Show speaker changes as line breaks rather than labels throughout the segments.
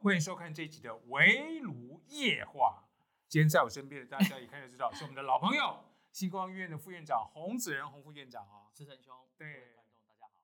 欢迎收看这一集的《围炉夜话》。今天在我身边的大家一看就知道，是我们的老朋友星光医院的副院长洪子仁洪副院长啊。
志成兄，
对
各位观众大家好。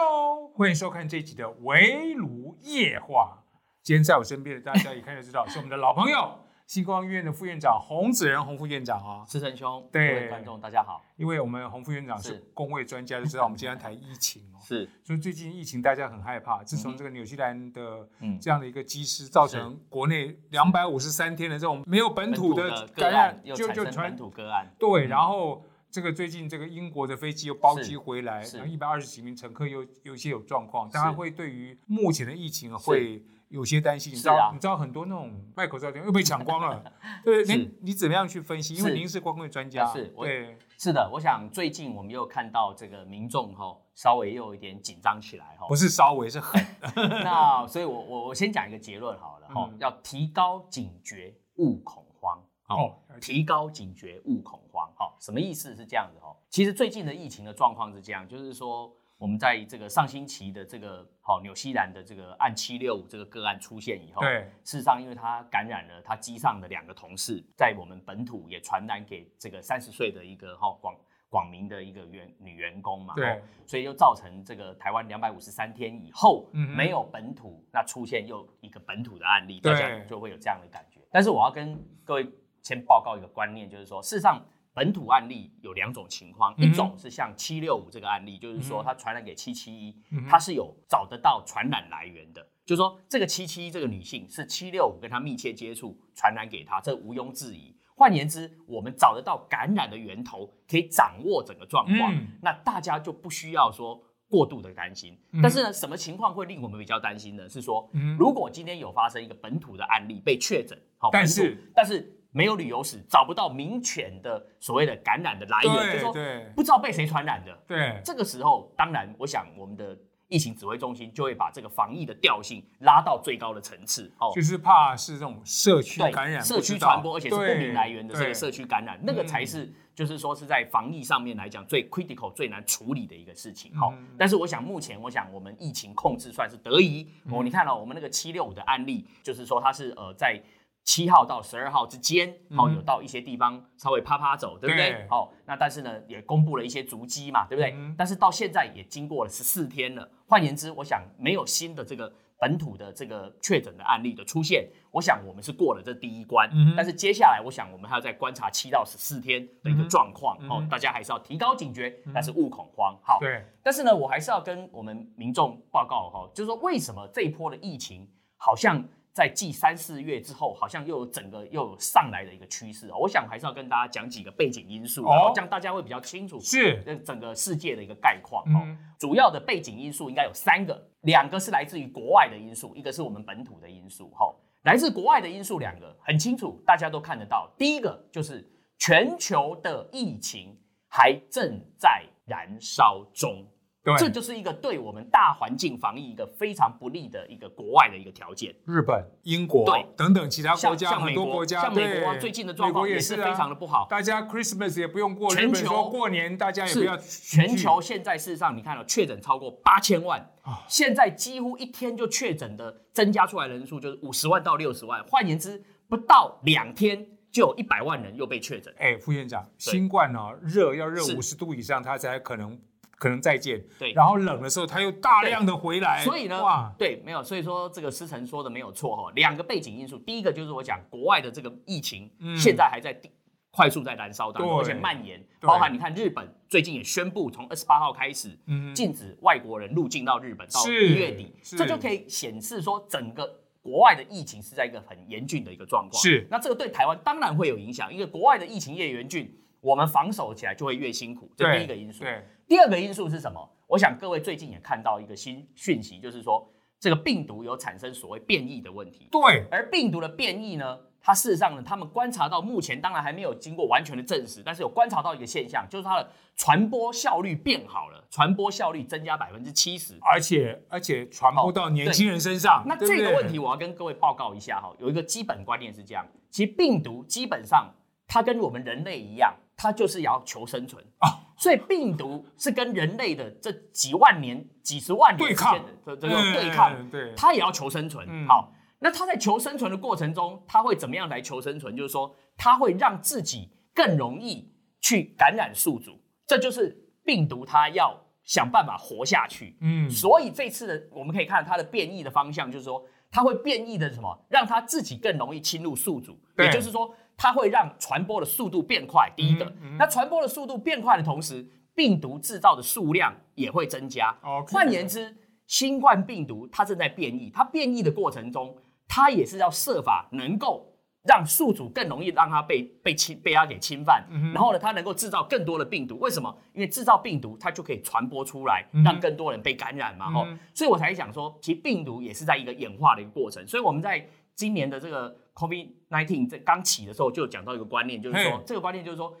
Hello，欢迎收看这一集的《围炉夜话》。今天在我身边的大家一看就知道，是我们的老朋友星光医院的副院长洪子仁洪副院长啊。
志成兄，
对
各位观众大家好。
因为我们洪副院长是
是
工位专家，就知道我们今天谈疫情哦。
是，
所以最近疫情大家很害怕，自
嗯
从
哼
这个纽西兰的
嗯，
这样的一个机师，造成国内两百五十三天的这种没有本土的
个
感染，
案又
就
产
就
生
传
本土个案，
对，
嗯
然后这个最近这个英国的飞机又包机
是
回来，
是
然后一百二十几名乘客又有一些有状况，
是
当然会对于目前的疫情啊会有些担心。你知
是
道，
啊
你知道很多那种卖口罩的店又被抢光 了，对，
是
您你怎么样去分析？因为
是
您是光棍专家，
啊是我
对，
是的，我想最近我们又看到这个民众哈、稍微又有一点紧张起来哈、
不是稍微是很
那所以我我我先讲一个结论好了哈、
嗯
要提高警觉，勿恐慌。
哦，
提高警觉，勿恐慌。好、什么意思是这样的哦？其实最近的疫情的状况是这样，就是说我们在这个上星期的这个好、纽西兰的这个案七六五这个个案出现以后，
对，
事实上因为他感染了他机上的两个同事，在我们本土也传染给这个三十岁的一个哈、广广民的一个员女员工嘛，
对
哦所以又造成这个台湾两百五十三天以后、
嗯哼
没有本土，那出现又一个本土的案例，
对
大家就会有这样的感觉。但是我要跟各位先报告一个观念，就是说，事实上本土案例有两种情况，
嗯哼
一种是像七六五这个案例，就是说
嗯哼
它传染给七七一
嗯哼，
它是有找得到传染来源的，就是说这个七七一这个女性是七六五跟她密切接触传染给她，这毋庸置疑。换言之，我们找得到感染的源头，可以掌握整个状况，
嗯
那大家就不需要说过度的担心。
嗯
但是呢，什么情况会令我们比较担心呢？是说，
嗯
如果今天有发生一个本土的案例被确诊，好、
但
本土
是
但是没有旅游史，找不到明显的所谓的感染的来源，就是
对
说
对
不知道被谁传染的。
对，
这个时候，当然，我想我们的疫情指挥中心就会把这个防疫的调性拉到最高的层次，哦，
就是怕是这种社区
对
感染、
社区
不知道
传播，而且是不
对
明来源的这
对嗯
个社区感染，那个才是就是说是在防疫上面来讲最 critical 最难处理的一个事情哈。
嗯
但是我想目前我想我们疫情控制算是得宜
嗯
哦，你看到、我们那个七六五的案例，就是说它是呃在。七号到十二号之间，哦，
嗯
有到一些地方稍微啪啪走，对不
对
对？哦，那但是呢，也公布了一些足迹嘛，对不对？
嗯
但是到现在也经过了十四天了，换言之，我想没有新的这个本土的这个确诊的案例的出现，我想我们是过了这第一关。
嗯哼
但是接下来，我想我们还要再观察七到十四天的一个状况、
嗯哼嗯
哦
哼，
大家还是要提高警觉，但是勿恐慌。好，
对，
但是呢，我还是要跟我们民众报告哈、就是说为什么这一波的疫情好像在继三四月之后，好像又有整个又有上来的一个趋势、哦。我想还是要跟大家讲几个背景因素，
哦
然后这样大家会比较清楚
是，
这整个世界的一个概况哦。
嗯
主要的背景因素应该有三个，两个是来自于国外的因素，一个是我们本土的因素。哈、来自国外的因素两个很清楚，大家都看得到。第一个就是全球的疫情还正在燃烧中，
对，
这就是一个对我们大环境防疫一个非常不利的一个国外的一个条件。
日本、英国
对
等等其他国
像
家，
像
很
美
多
国，
国家，
像美国啊
对
最近的状况
美国也
是
啊
非常的不好。
大家 Christmas 也不用过，
全
日本
球
说过年大家也不
是
要群聚
全球现在事实上，你看了、哦确诊超过八千万
啊，
现在几乎一天就确诊的增加出来人数就是五十万到六十万，换言之，不到两天就有一百万人又被确诊。
哎，副院长，新冠哦，热要热
是
五十度以上，它才可能可能再见。
对
然后冷的时候，它又大量的回来。
所以呢
哇，，
对，没有，所以说这个思成说的没有错哈、哦。两个背景因素，第一个就是我讲国外的这个疫情，
嗯
现在还在地快速在燃烧当中，
对
而且蔓延，
对
包含你看日本最近也宣布从二十八号开始
嗯
禁止外国人入境到日本到
是
一月底，
是
这就可以显示说整个。国外的疫情是在一个很严峻的一个状况，
是
那这个对台湾当然会有影响，因为国外的疫情越严峻，我们防守起来就会越辛苦，这
对
第一个因素。
对，
第二个因素是什么？我想各位最近也看到一个新讯息，就是说这个病毒有产生所谓变异的问题。
对，
而病毒的变异呢，它事实上呢，他们观察到目前当然还没有经过完全的证实，但是有观察到一个现象，就是它的传播效率变好了，传播效率增加百分之七十。
而且而且传播
哦
到年
对
轻人身上。
那
对不
这个
对
问题，我要跟各位报告一下哈，有一个基本观念是这样：其实病毒基本上它跟我们人类一样，它就是要求生存
啊
所以病毒是跟人类的这几万年、几十万年
对
之
抗
间的这这种对抗，
嗯对，
它也要求生存。
嗯
好，那他在求生存的过程中，他会怎么样来求生存？就是说，他会让自己更容易去感染宿主，这就是病毒它要想办法活下去。
嗯
所以这次的我们可以看它的变异的方向，就是说它会变异的什么，让它自己更容易侵入宿主，
对
也就是说它会让传播的速度变快。第一个，
嗯嗯
那传播的速度变快的同时，病毒制造的数量也会增加。
OK
换言之，新冠病毒它正在变异，它变异的过程中，它也是要设法能够。让宿主更容易让它被被侵被它给侵犯，
嗯
然后呢，它能够制造更多的病毒。为什么？因为制造病毒，它就可以传播出来，
嗯
让更多人被感染嘛。哦，所以我才想说，其实病毒也是在一个演化的一个过程。所以我们在今年的这个 COVID nineteen 这刚起的时候，就有讲到一个观念，就是说
嘿
这个观念就是说。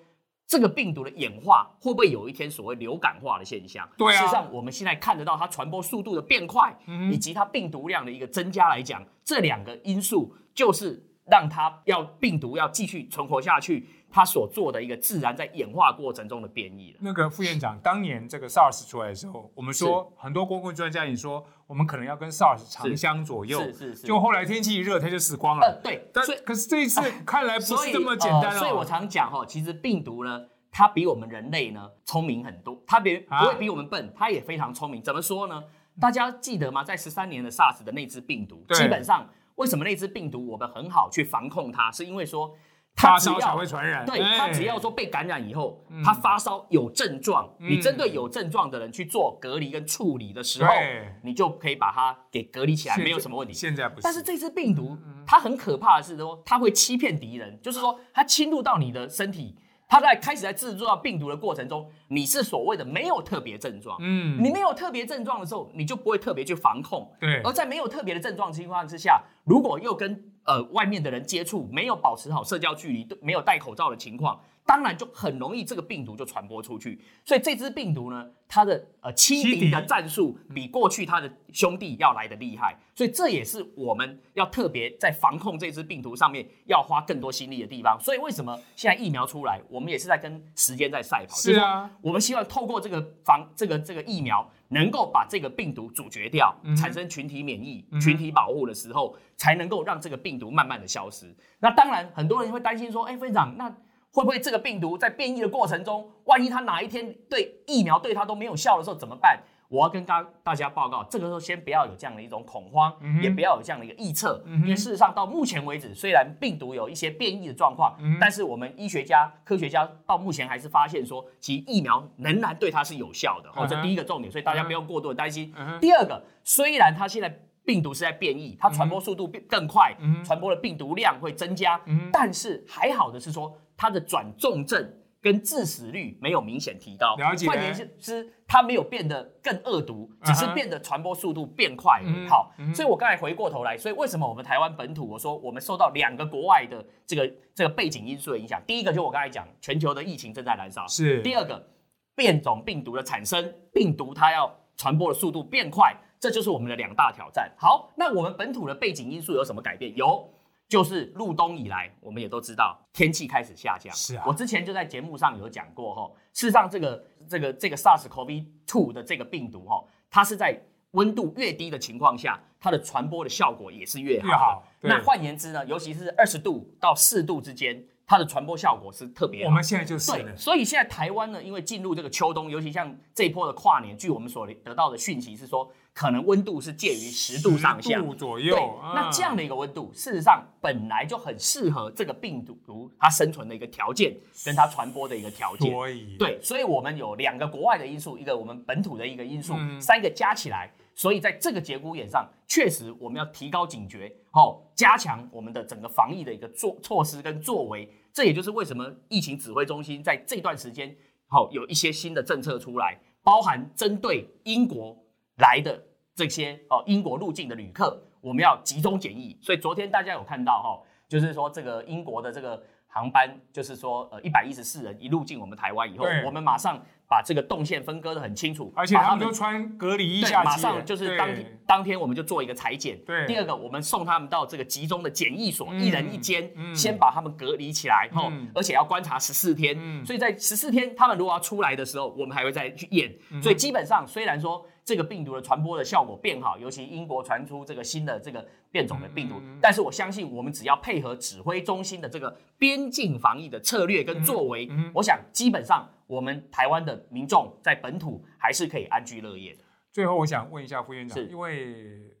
这个病毒的演化会不会有一天所谓流感化的现象？
对啊
事实上我们现在看得到它传播速度的变快，
嗯
以及它病毒量的一个增加来讲，这两个因素就是让它要病毒要继续存活下去，它所做的一个自然在演化过程中的变异了。
那个副院长，当年这个 SARS 出来的时候，我们说很多公共专家也说，我们可能要跟 SARS 长相左右。
是是是
就后来天气一热，它就死光
呃
了。，
对，
但
所以呃
可是这一次看来不
所
是
以
这么简单
呃
哦。
所以我常讲哈，其实病毒呢，它比我们人类呢聪明很多，它别不
啊
会比我们笨，它也非常聪明。怎么说呢？大家记得吗？在十三年的 SARS 的那只病毒，
对
基本上为什么那只病毒我们很好去防控它，是因为说它
发
只
烧才
要
会传染。
对
哎嗯
他只要说被感染以后，他发烧有症状，你针对有症状的人去做隔离跟处理的时候
对，
你就可以把它给隔离起来，
现在
没有什么问题。
现在不是，嗯
但是这只病毒，它很可怕的是说，它会欺骗敌人，就是说它侵入到你的身体，它在开始在制造病毒的过程中，你是所谓的没有特别症状，
嗯，
你没有特别症状的时候，你就不会特别去防控。
对
而在没有特别的症状情况之下，如果又跟呃外面的人接触，没有保持好社交距离，对没有戴口罩的情况，当然就很容易这个病毒就传播出去。所以这只病毒呢，它的呃欺
欺
敌的
敌
战术比过去它的兄弟要来的厉害。所以这也是我们要特别在防控这只病毒上面要花更多心力的地方。所以为什么现在疫苗出来，我们也是在跟时间在赛跑？
是啊，
我们希望透过这个防这个这个疫苗，能够把这个病毒阻绝掉，产生群体免疫、群体保护的时候，才能够让这个病毒慢慢的消失。那当然，很多人会担心说，哎，会长，那会不会这个病毒在变异的过程中，万一它哪一天对疫苗对它都没有效的时候怎么办？我要跟大大家报告，这个时候先不要有这样的一种恐慌，也不要有这样的一个臆测，
嗯
因为事实上到目前为止，虽然病毒有一些变异的状况，
嗯
但是我们医学家、科学家到目前还是发现说，其实疫苗仍然对它是有效的。哦，
嗯
这
哼
第一个重点，所以大
嗯
家
哼
不用过度的担心
嗯哼。
第二个，虽然它现在病毒是在变异，它传播速度变更快，
嗯
传播的病毒量会增加，但是还好的是说，它的转重症。跟致死率没有明显提高，
了解
换言之，之它没有变得更恶毒，只是
嗯哼嗯
变得传播速度变快而已。好，所以我刚才回过头来，所以为什么我们台湾本土，我说我们受到两个国外的这个这个背景因素的影响。第一个就我刚才讲，全球的疫情正在燃烧；
是
第二个，变种病毒的产生，病毒它要传播的速度变快，这就是我们的两大挑战。好，那我们本土的背景因素有什么改变？有。就是入冬以来，我们也都知道天气开始下降。
是啊
我之前就在节目上有讲过吼，事实上这个这个这个 SARS-CoV-2 的这个病毒吼，它是在温度越低的情况下，它的传播的效果也是越好的。
越好对
那换言之呢，尤其是二十度到四度之间，它的传播效果是特别好。
我们现在就是
对
了，。
所以现在台湾呢，因为进入这个秋冬，尤其像这一波的跨年，据我们所得到的讯息是说，可能温度是介于十度啊上下，
10度左
对
右，，啊
那这样
的
的一个温度，事实上本来就很适合这个病毒它生存的一个条件，跟它传播的一个条件。
所以
对，所以我们有两个国外的因素，一个我们本土的一个因素，
嗯
三个加起来，所以在这个节骨眼上，确实我们要提高警觉，哦，加强我们的整个防疫的一个措措施跟作为。这也就是为什么疫情指挥中心在这段时间，好、有一些新的政策出来，包含针对英国来的这些哦英国入境的旅客，我们要集中检疫。所以昨天大家有看到哈、就是说这个英国的这个航班，就是说呃一百一十四人一入境我们台湾以后
对，
我们马上把这个动线分割的很清楚，
而且
把
他们都穿隔离衣
对，
下去，
马上就是当
对
天当天我们就做一个裁剪。
对
第二个我们送他们到这个集中的检疫所，
嗯
一人一间，
嗯
先把他们隔离起来，后、
嗯
而且要观察十四天。
嗯嗯
所以在十四天他们如果要出来的时候，我们还会再去验。所以基本上虽然说这个病毒的传播的效果变好，尤其英国传出这个新的这个变种的病毒，
嗯
但是我相信我们只要配合指挥中心的这个边境防疫的策略跟作为，
嗯嗯
我想基本上我们台湾的民众在本土还是可以安居乐业的。
最后，我想问一下副院长，
是
因为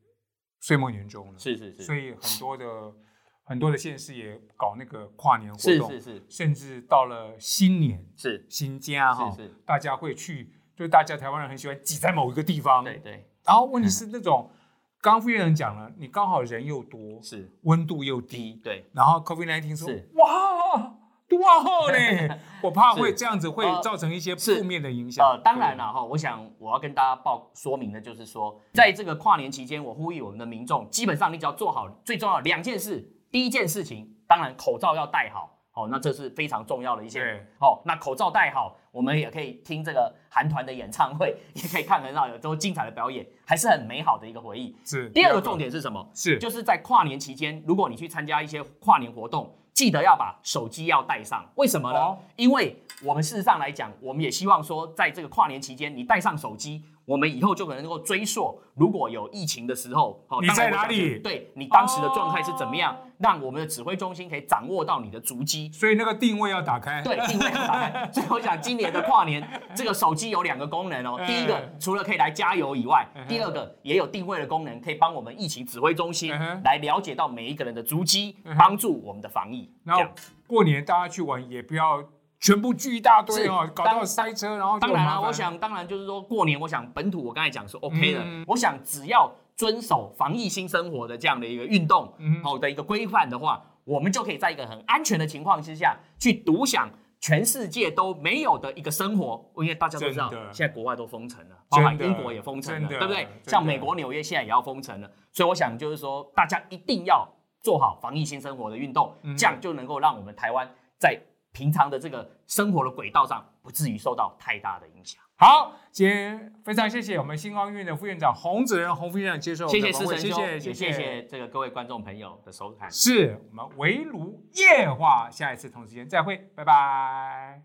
岁末年终了，
是是
所以很多的很多的县市也搞那个跨年活
是
动，
是是
甚至到了新年
是
新家哈
是是，
大家会去，就是大家台湾人很喜欢挤在某一个地方，
对嗯对
然后问题是那种，刚刚副院长讲了，你刚好人又多，
是
温度又
低
低，
对
然后 COVID 1 9说
是
哇，多好 呢，我怕会
是
这样子会
呃
造成一些
是
负面的影响。
呃，当
对
然了哈，我想我要跟大家报说明的就是说，在这个跨年期间，我呼吁我们的民众，基本上你只要做好最重要的两件事，第一件事情，当然口罩要戴好。哦，那这是非常重要的一些
对
哦。那口罩戴好，我们也可以听这个韩团的演唱会， 也可以看很到有都精彩的表演，还是很美好的一个回忆。
是
第二个重点是什么？
是
就是在跨年期间，如果你去参加一些跨年活动，记得要把手机要带上。为什么呢？
哦
因为我们事实上来讲，我们也希望说，在这个跨年期间，你带上手机，我们以后就可能能够追溯，如果有疫情的时候，哦
你
当然
在
我
哪
想
里
是对你当时的状态是怎么样，
哦
让我们的指挥中心可以掌握到你的足迹。
所以那个定位要打开。
对，定位要打开。所以我想今年的跨年，这个手机有两个功能哦。
嗯
第一个，除了可以来加油以外
哼，
第二个也有定位的功能，可以帮我们疫情指挥中心
嗯哼
来了解到每一个人的足迹
嗯哼，
帮助我们的防疫。
然
这
后
样
过年大家去玩也不要全部聚一大堆哦，
是
搞到
当
塞车，然后就
当然
很
啦、
麻烦
我想当然就是说过年，我想本土我刚才讲是 OK 的，
嗯
我想只要遵守防疫新生活的这样的一个运动，
嗯
好、的一个规范的话，我们就可以在一个很安全的情况之下去独享。全世界都没有的一个生活，因为大家都知道
真的，
现在国外都封城了，包含
真的
英国也封城了，
真
对
的
不对
真？的
像美国纽约现在也要封城了，所以我想就是说，大家一定要做好防疫新生活的运动，
嗯
这样就能够让我们台湾在平常的这个生活的轨道上，不至于受到太大的影响。
好，今天非常谢谢我们星光医院的副院长洪子仁洪副院长接受我
谢
们的
谢
访
思
问，
成兄，也
谢
谢谢这个各位观众朋友的收看。
是我们围炉夜话，下一次同时间再会，拜拜。